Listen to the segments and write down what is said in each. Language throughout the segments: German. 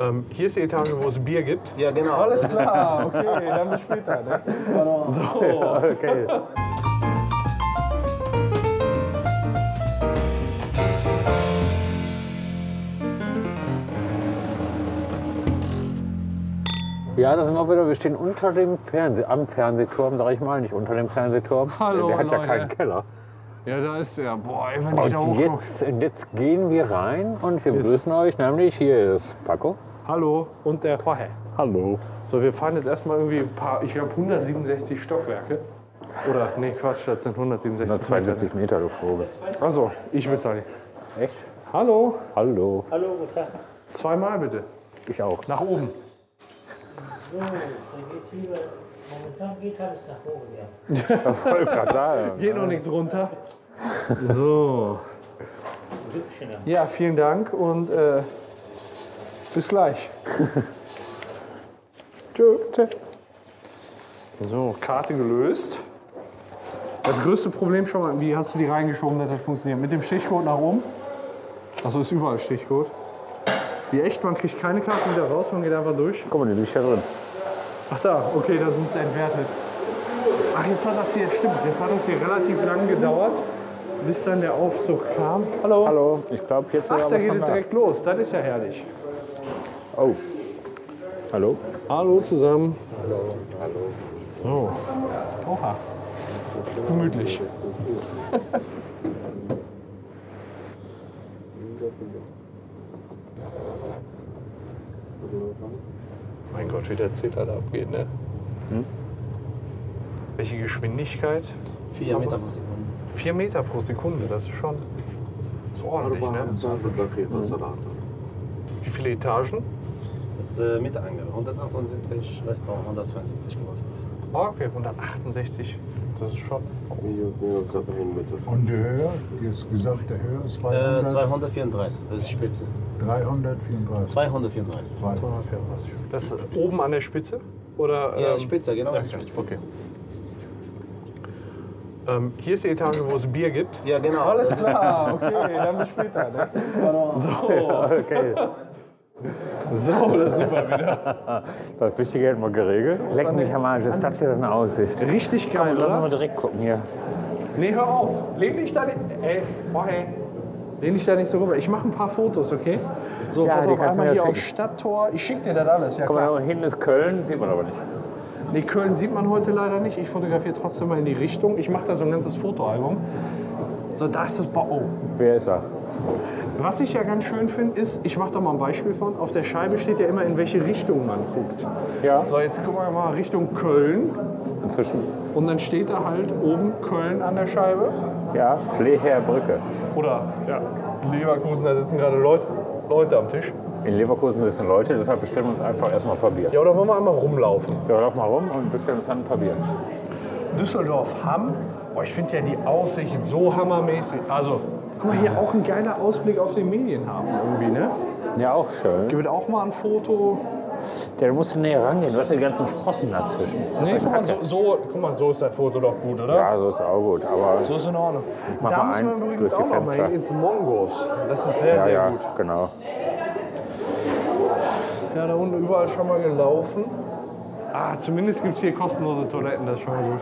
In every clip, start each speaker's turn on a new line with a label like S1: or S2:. S1: Ähm, hier ist die Etage, wo es Bier gibt.
S2: Ja, genau.
S3: Alles klar, okay, dann bis später. Ne?
S1: So.
S4: Okay. Ja, da sind wir wieder. Wir stehen unter dem Fernseh, am Fernsehturm, sag ich mal, nicht unter dem Fernsehturm.
S1: Hallo,
S4: der hat ja
S1: Leute.
S4: keinen Keller.
S1: Ja, da ist der. Boah, ey, wenn ich da
S4: Und
S1: hochgucke.
S4: jetzt, und jetzt gehen wir rein und wir begrüßen euch, nämlich hier ist Paco.
S1: Hallo und der Jorge.
S4: Hallo.
S1: So, wir fahren jetzt erstmal irgendwie ein paar, ich glaube 167 Stockwerke. Oder, nee, Quatsch, das sind 167
S4: Na, 72 Meter geflogen.
S1: Achso, ich bin sorry.
S4: Echt?
S1: Hallo,
S4: Hallo.
S1: zweimal bitte.
S4: Ich auch.
S1: Nach oben.
S5: Momentan geht alles nach oben, ja.
S4: Voll grad da.
S1: Geht noch nichts runter. So. Ja, vielen Dank und äh, bis gleich. Tschö. So, Karte gelöst. Das größte Problem schon mal, wie hast du die reingeschoben, dass das funktioniert? Mit dem Stichcode nach oben? Achso, ist überall Stichcode. Wie echt, man kriegt keine Karte wieder raus, man geht einfach durch.
S4: Guck mal, die liegt ja drin.
S1: Ach da, okay, da sind sie entwertet. Ach, jetzt hat das hier, stimmt, jetzt hat das hier relativ lang gedauert, bis dann der Aufzug kam. Hallo.
S4: Hallo. Ich glaube, jetzt sind wir
S1: Ach, da
S4: aber
S1: geht
S4: schon
S1: es direkt los, das ist ja herrlich.
S4: Oh. Hallo.
S1: Hallo zusammen. Hallo. Hallo. Oh. Oha. Ist gemütlich. mein Gott, wie der Zitter da abgeht, ne? Welche Geschwindigkeit?
S2: 4 Meter pro Sekunde.
S1: 4 Meter pro Sekunde, das ist schon das ist ordentlich, ne? Wie viele Etagen?
S2: Das ist äh, mit Angabe. 178 Restaurant, 172 Uhr.
S1: Ah, okay, 168. Das ist schon.
S6: Und der Höhe, jetzt gesagt, der Höhe ist
S2: Äh,
S6: 200,
S2: 234, das ist Spitze.
S6: 334.
S2: 234.
S1: 234. Das ist oben an der Spitze? Oder,
S2: Ja,
S1: ähm,
S2: Spitze, genau. das ist Spitze.
S1: okay. ähm, hier ist die Etage, wo es Bier gibt.
S2: Ja, genau.
S3: Alles klar, okay, dann bis später. Ne?
S4: Okay.
S1: So, da sind wir wieder.
S4: Das Wichtige hätten wir geregelt. Leck mich am Arsch, ist das wieder eine Aussicht.
S1: Richtig geil,
S4: Lass uns
S1: oder?
S4: mal direkt gucken hier.
S1: Nee, hör auf. Lehn dich da nicht. Ey, boah, hey. Lehn dich da nicht so rüber. Ich mache ein paar Fotos, okay? So,
S4: Ja,
S1: pass
S4: die
S1: auf,
S4: kannst du
S1: einmal
S4: mir
S1: hier auf
S4: schicken.
S1: Stadttor. Ich schicke dir das alles, ja
S4: Guck
S1: klar.
S4: mal, da hinten ist Köln, sieht man aber nicht.
S1: Nee, Köln sieht man heute leider nicht. Ich fotografiere trotzdem mal in die Richtung. Ich mache da so ein ganzes Fotoalbum. So, da ist das Bau. Oh.
S4: Wer ist da?
S1: Was ich ja ganz schön finde, ist, ich mache da mal ein Beispiel von, auf der Scheibe steht ja immer, in welche Richtung man guckt.
S4: Ja.
S1: So, jetzt gucken wir mal Richtung Köln.
S4: Inzwischen.
S1: Und dann steht da halt oben Köln an der Scheibe.
S4: Ja, Fleherbrücke.
S1: Oder, ja, in Leverkusen, da sitzen gerade Leute, Leute am Tisch.
S4: In Leverkusen sitzen Leute, deshalb bestellen wir uns einfach erstmal ein paar Bier.
S1: Ja, oder wollen wir einmal rumlaufen?
S4: Wir laufen mal rum und bestellen uns dann ein paar Bier.
S1: Düsseldorf, Hamm. Boah, ich finde ja die Aussicht so hammermäßig. Also, guck mal, hier auch ein geiler Ausblick auf den Medienhafen irgendwie, ne?
S4: Ja, auch schön.
S1: Gibt auch mal ein Foto.
S4: Der muss näher rangehen, du hast die ganzen Sprossen dazwischen.
S1: Nee, guck mal, so, so, guck mal, so ist das Foto doch gut, oder?
S4: Ja, so ist auch gut, aber
S1: So ist in Ordnung.
S4: Mach
S1: da
S4: mal
S1: müssen wir
S4: ein
S1: übrigens
S4: durch die
S1: auch noch mal
S4: Fenster.
S1: hin, ins Mongos. Das ist sehr,
S4: ja,
S1: sehr
S4: ja,
S1: gut.
S4: genau.
S1: Ja, da unten überall schon mal gelaufen. Ah, zumindest gibt es hier kostenlose Toiletten, das ist schon mal gut.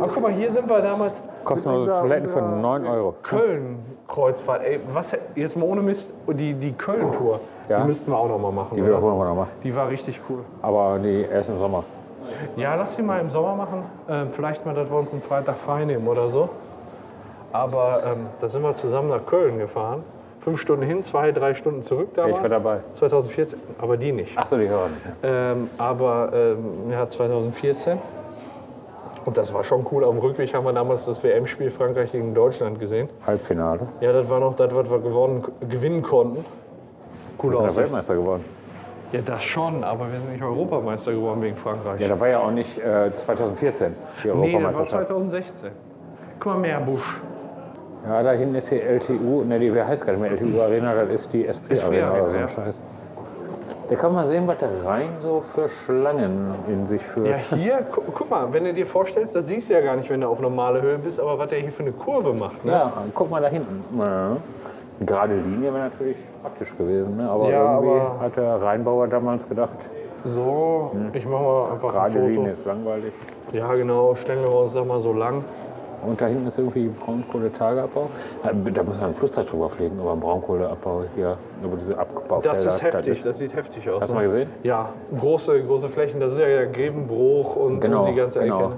S1: Aber guck mal, hier sind wir damals
S4: Kostenlose
S1: Unser-
S4: Toiletten für
S1: unser-
S4: 9 Euro.
S1: Köln-Kreuzfahrt. Ey, was, jetzt mal ohne Mist, die, die Köln-Tour,
S4: Ja.
S1: die müssten wir auch noch mal machen.
S4: Die
S1: oder?
S4: wiederholen wir nochmal.
S1: die war richtig cool.
S4: Aber die erst im Sommer.
S1: Ja, lass die mal im Sommer machen. Ähm, vielleicht mal, dass wir uns einen Freitag frei nehmen oder so. Aber ähm, da sind wir zusammen nach Köln gefahren. Fünf Stunden hin, zwei, drei Stunden zurück damals.
S4: Ich war dabei.
S1: 2014, aber die nicht.
S4: Achso, die hören.
S1: Ähm, aber ähm, ja, 2014. Und das war schon cool. Am Rückweg haben wir damals das WM-Spiel Frankreich gegen Deutschland gesehen.
S4: Halbfinale.
S1: Ja, das war noch das, was wir gewonnen, gewinnen konnten. Cool
S4: Da
S1: aus.
S4: Weltmeister geworden.
S1: Ja, das schon, aber wir sind nicht Europameister geworden wegen Frankreich.
S4: Ja, da war ja auch nicht äh, 2014 die
S1: nee, das war
S4: Europameisterschaft.
S1: 2016. Guck mal, Meerbusch.
S4: Ja, da hinten ist die LTU, ne, die wer heißt gar nicht mehr LTU Arena, das ist die SP
S1: SP
S4: Arena oder so
S1: Arena,
S4: ein
S1: ja.
S4: Scheiß. Da kann man sehen, was der Rhein so für Schlangen in sich
S1: Ja,
S4: führt.
S1: hier, gu guck mal, wenn du dir vorstellst, das siehst du ja gar nicht, wenn du auf normale Höhe bist, aber was der hier für eine Kurve macht,
S4: Ja,
S1: ne?
S4: guck mal da hinten. Ja. Eine Gerade Linie wäre natürlich praktisch gewesen, ne? aber
S1: Ja,
S4: irgendwie
S1: aber-
S4: hat der Rheinbauer damals gedacht,
S1: So, Hm. ich mach mal einfach
S4: gerade
S1: ein
S4: Linie
S1: Foto.
S4: ist langweilig.
S1: Ja, genau, Stängel raus, sag mal so lang.
S4: Und da hinten ist irgendwie Braunkohletageabbau. Da da muss man ein Flussdach drüber fliegen, aber Braunkohleabbau hier, über diese Abbau.
S1: Das ist heftig, das sieht heftig aus.
S4: Hast du
S1: ne?
S4: mal gesehen?
S1: Ja, große, große Flächen, das ist ja der Gräbenbruch und,
S4: Genau,
S1: und die ganze
S4: genau.
S1: Ecke. Ne?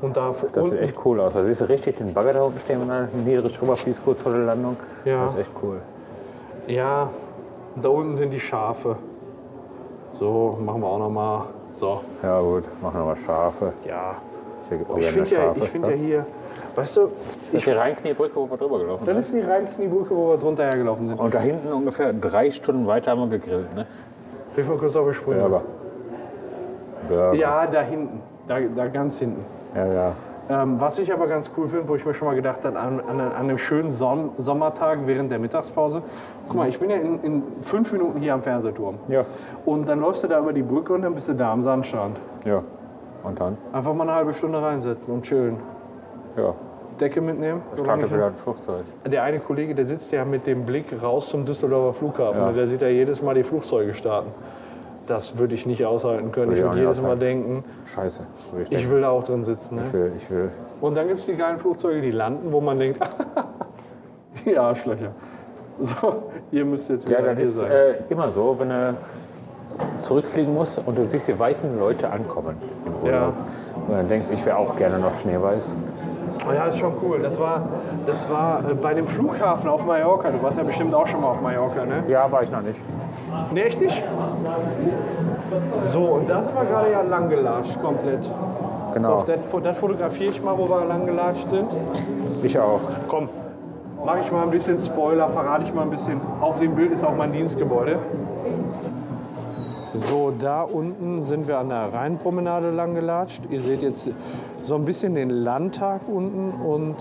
S1: Und da
S4: Das
S1: unten,
S4: sieht echt cool aus. Da siehst du richtig den Bagger da unten stehen, wenn er niedrig drüber fließt, kurz vor der Landung.
S1: Ja.
S4: Das ist echt cool.
S1: ja, und da unten sind die Schafe. So, machen wir auch noch mal. So,
S4: Ja gut, machen wir mal Schafe.
S1: ja.
S4: Hier gibt auch
S1: Ich
S4: gerne
S1: finde ja, ne?
S4: Schafe.
S1: ich find ja hier, weißt du,
S4: Das ist die Rheinkniebrücke, wo wir drüber gelaufen
S1: das
S4: sind.
S1: ist die Reinkniebrücke, wo wir drunter hergelaufen sind.
S4: Und da hinten ungefähr drei Stunden weiter haben wir gegrillt, ne?
S1: Hilf mir kurz auf die Sprünge.
S4: Burger. Burger.
S1: Ja, da hinten. Da, da ganz hinten.
S4: ja, ja.
S1: Ähm, was ich aber ganz cool finde, wo ich mir schon mal gedacht habe, an, an, an einem schönen Son Sommertag während der Mittagspause. Guck mal, ich bin ja in, in fünf Minuten hier am Fernsehturm.
S4: Ja.
S1: Und dann läufst du da über die Brücke und dann bist du da am Sandstrand.
S4: Ja. Und dann?
S1: Einfach mal eine halbe Stunde reinsetzen und chillen.
S4: Ja.
S1: Decke mitnehmen. solange
S4: Startet wieder ein Flugzeug.
S1: ich- der eine Kollege, der sitzt ja mit dem Blick raus zum Düsseldorfer Flughafen. Und der sieht ja jedes Mal die Flugzeuge starten. Das würde ich nicht aushalten können. ich
S4: Würde ich auch
S1: würde
S4: nicht
S1: jedes Mal
S4: aushalten.
S1: denken,
S4: Scheiße. Würde
S1: ich
S4: denken.
S1: will da auch drin sitzen. Ne?
S4: ich will. Ich will.
S1: Und dann gibt es die geilen Flugzeuge, die landen, wo man denkt, die Arschlöcher. So, ihr müsst jetzt wieder
S4: Ja, das
S1: hier
S4: ist
S1: sein.
S4: äh, immer so, wenn du zurückfliegen musst und du siehst die weißen Leute ankommen im Urlaub. Und dann denkst du, ich wäre auch gerne noch schneeweiß.
S1: Oh ja, ist schon cool. Das war, das war äh, bei dem Flughafen auf Mallorca. Du warst ja bestimmt auch schon mal auf Mallorca, ne?
S4: Ja, war ich noch nicht.
S1: Nee, echt nicht? So, und da sind wir gerade ja lang gelatscht komplett. So,
S4: Genau.
S1: auf das, das fotografiere ich mal, wo wir lang gelatscht sind.
S4: Ich auch.
S1: Komm, mache ich mal ein bisschen Spoiler, verrate ich mal ein bisschen. Auf dem Bild ist auch mein Dienstgebäude. So, da unten sind wir an der Rheinpromenade lang gelatscht. Ihr seht jetzt so ein bisschen den Landtag unten und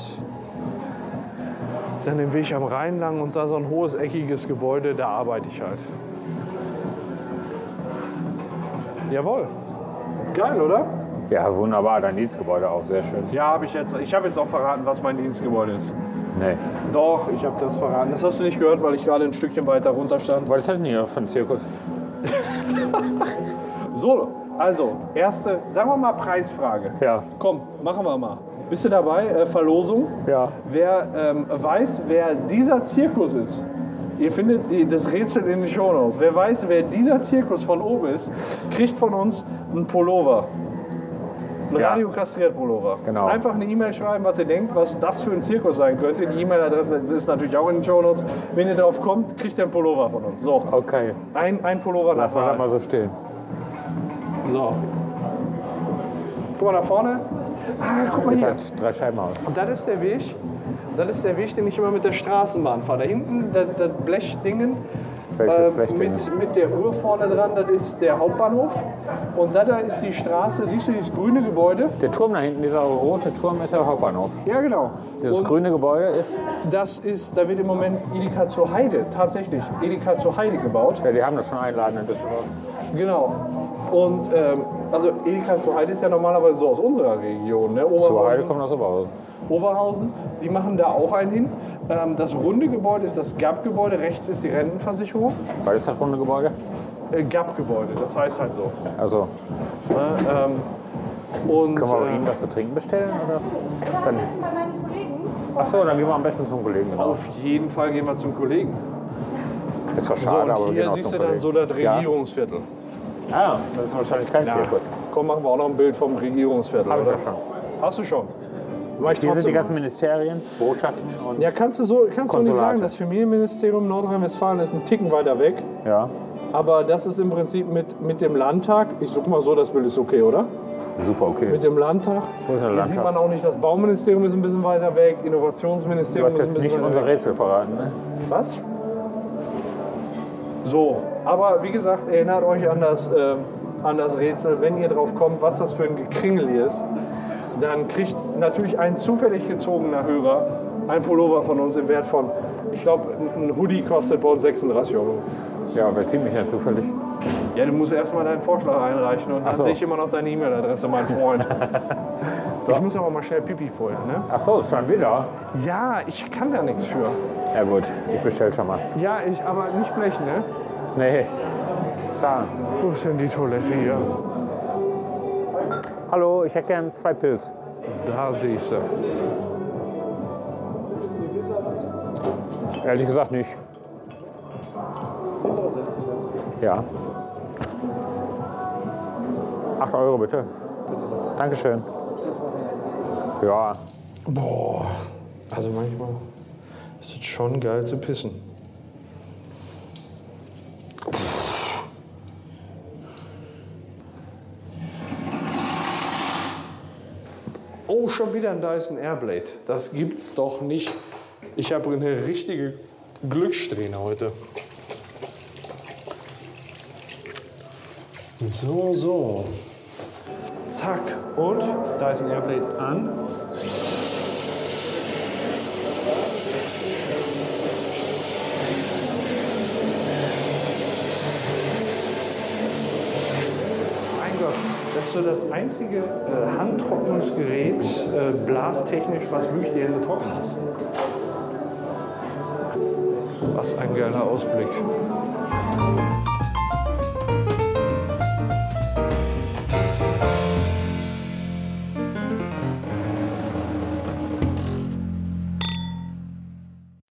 S1: dann den Weg am Rhein lang und da so ein hohes, eckiges Gebäude, da arbeite ich halt. Jawohl. Geil, oder?
S4: Ja, wunderbar. Dein Dienstgebäude auch. Sehr schön.
S1: Ja, habe ich jetzt. Ich habe jetzt auch verraten, was mein Dienstgebäude ist.
S4: Nee.
S1: Doch, ich habe das verraten. Das hast du nicht gehört, weil ich gerade ein Stückchen weiter runter stand.
S4: Aber das hat nicht auch von Zirkus.
S1: So, also, erste, sagen wir mal Preisfrage.
S4: Ja.
S1: Komm, machen wir mal. Bist du dabei? Äh, Verlosung.
S4: Ja.
S1: Wer ähm, weiß, wer dieser Zirkus ist, ihr findet die, das Rätsel in den Shownotes. Wer weiß, wer dieser Zirkus von oben ist, kriegt von uns einen Pullover. Ein
S4: Ja.
S1: radiokastriert Pullover.
S4: Genau.
S1: Einfach eine E-Mail schreiben, was ihr denkt, was das für ein Zirkus sein könnte. Die E-Mail-Adresse ist natürlich auch in den Shownotes. Wenn ihr drauf kommt, kriegt ihr einen Pullover von uns. So,
S4: Okay.
S1: ein, ein Pullover nach
S4: Lass mal
S1: Wahl.
S4: das mal so stehen.
S1: So. Guck mal da vorne. Ah, guck mal
S4: Ist
S1: hier.
S4: halt drei Scheiben aus.
S1: Und das ist der Weg, das ist der Weg, den ich immer mit der Straßenbahn fahre. Da hinten, das, das Blechdingen, äh,
S4: Welches Blechding?
S1: mit, mit der Uhr vorne dran, das ist der Hauptbahnhof. Und da, da ist die Straße, siehst du dieses grüne Gebäude?
S4: Der Turm da hinten, dieser rote Turm ist der Hauptbahnhof.
S1: Ja, genau.
S4: Dieses
S1: Und
S4: grüne Gebäude ist.
S1: das ist, da wird im Moment Edeka zur Heide, tatsächlich, Edeka zur Heide gebaut.
S4: Ja, die haben das schon einladen in Düsseldorf.
S1: Genau. Und, ähm, also Edeka zur Heide ist ja normalerweise so aus unserer Region, ne?
S4: Zur
S1: Oberhausen.
S4: Heide kommt aus Oberhausen.
S1: Oberhausen, die machen da auch einen hin. Ähm, das runde Gebäude ist das GAP-Gebäude, rechts ist die Rentenversicherung.
S4: Weil das das runde Gebäude?
S1: Äh, GAP-Gebäude, das heißt halt so.
S4: Also,
S1: Ne? Ähm, und
S4: können wir bei
S1: äh,
S4: Ihnen was zu trinken bestellen? Oder? Dann, ach so, dann gehen wir am besten zum Kollegen. Genau.
S1: auf jeden Fall gehen wir zum Kollegen.
S4: Ist zwar
S1: So,
S4: schade, aber
S1: und
S4: wir gehen
S1: hier
S4: auch
S1: siehst du
S4: zum
S1: dann
S4: Kollegen.
S1: so das
S4: Ja.
S1: Regierungsviertel.
S4: Ah, das ist wahrscheinlich kein Zirkus.
S1: Komm, machen wir auch noch ein Bild vom Regierungsviertel.
S4: Hab ich
S1: oder?
S4: doch schon.
S1: Hast du schon? Mach ich
S4: Hier sind die
S1: trotzdem.
S4: ganzen Ministerien, Botschaften und.
S1: Ja, kannst du so kannst du nicht
S4: Konsulate.
S1: sagen, das Familienministerium Nordrhein-Westfalen ist ein Ticken weiter weg.
S4: Ja,
S1: Aber das ist im Prinzip mit, mit dem Landtag. Ich suche mal so, das Bild ist okay, oder?
S4: super, okay.
S1: mit dem Landtag.
S4: Wo ist der
S1: Hier
S4: Landtag?
S1: sieht man auch nicht, das Bauministerium ist ein bisschen weiter weg,
S4: Du
S1: Innovationsministerium
S4: hast
S1: ist ein
S4: jetzt nicht
S1: bisschen weiter
S4: unser
S1: weg.
S4: Rätsel verraten, ne?
S1: Was? So, aber wie gesagt, erinnert euch an das, äh, an das Rätsel, wenn ihr drauf kommt, was das für ein Gekringel hier ist, dann kriegt natürlich ein zufällig gezogener Hörer ein Pullover von uns im Wert von, ich glaube, ein ein Hoodie kostet bei uns 36 Euro.
S4: Ja, wer zieht mich denn zufällig?
S1: Ja, du musst erstmal deinen Vorschlag einreichen und dann
S4: Ach so.
S1: sehe ich immer noch deine E-Mail-Adresse, mein Freund. Ich muss aber mal schnell Pipi voll, ne?
S4: Ach so, schon wieder.
S1: Ja, ich kann da nichts für.
S4: Ja gut, ich bestell schon mal.
S1: Ja, ich, aber nicht blechen, ne?
S4: Nee, zahlen.
S1: Wo ist denn die Toilette hier?
S4: Hallo, ich hätte gern zwei Pilz.
S1: Da sehe ich sie.
S4: Ehrlich gesagt nicht.
S3: 10,60 wäre
S4: Ja. 8 Euro bitte. Dankeschön. Ja,
S1: Boah. Also manchmal ist es schon geil zu pissen. Oh, schon wieder ein Dyson Airblade. Das gibt's doch nicht. Ich habe eine richtige Glückssträhne heute. So, so. Zack. Und Dyson Airblade an. Mein Gott, das ist so das einzige äh, Handtrocknungsgerät, äh, blastechnisch, was wirklich die Hände trocken hat. Was ein geiler Ausblick.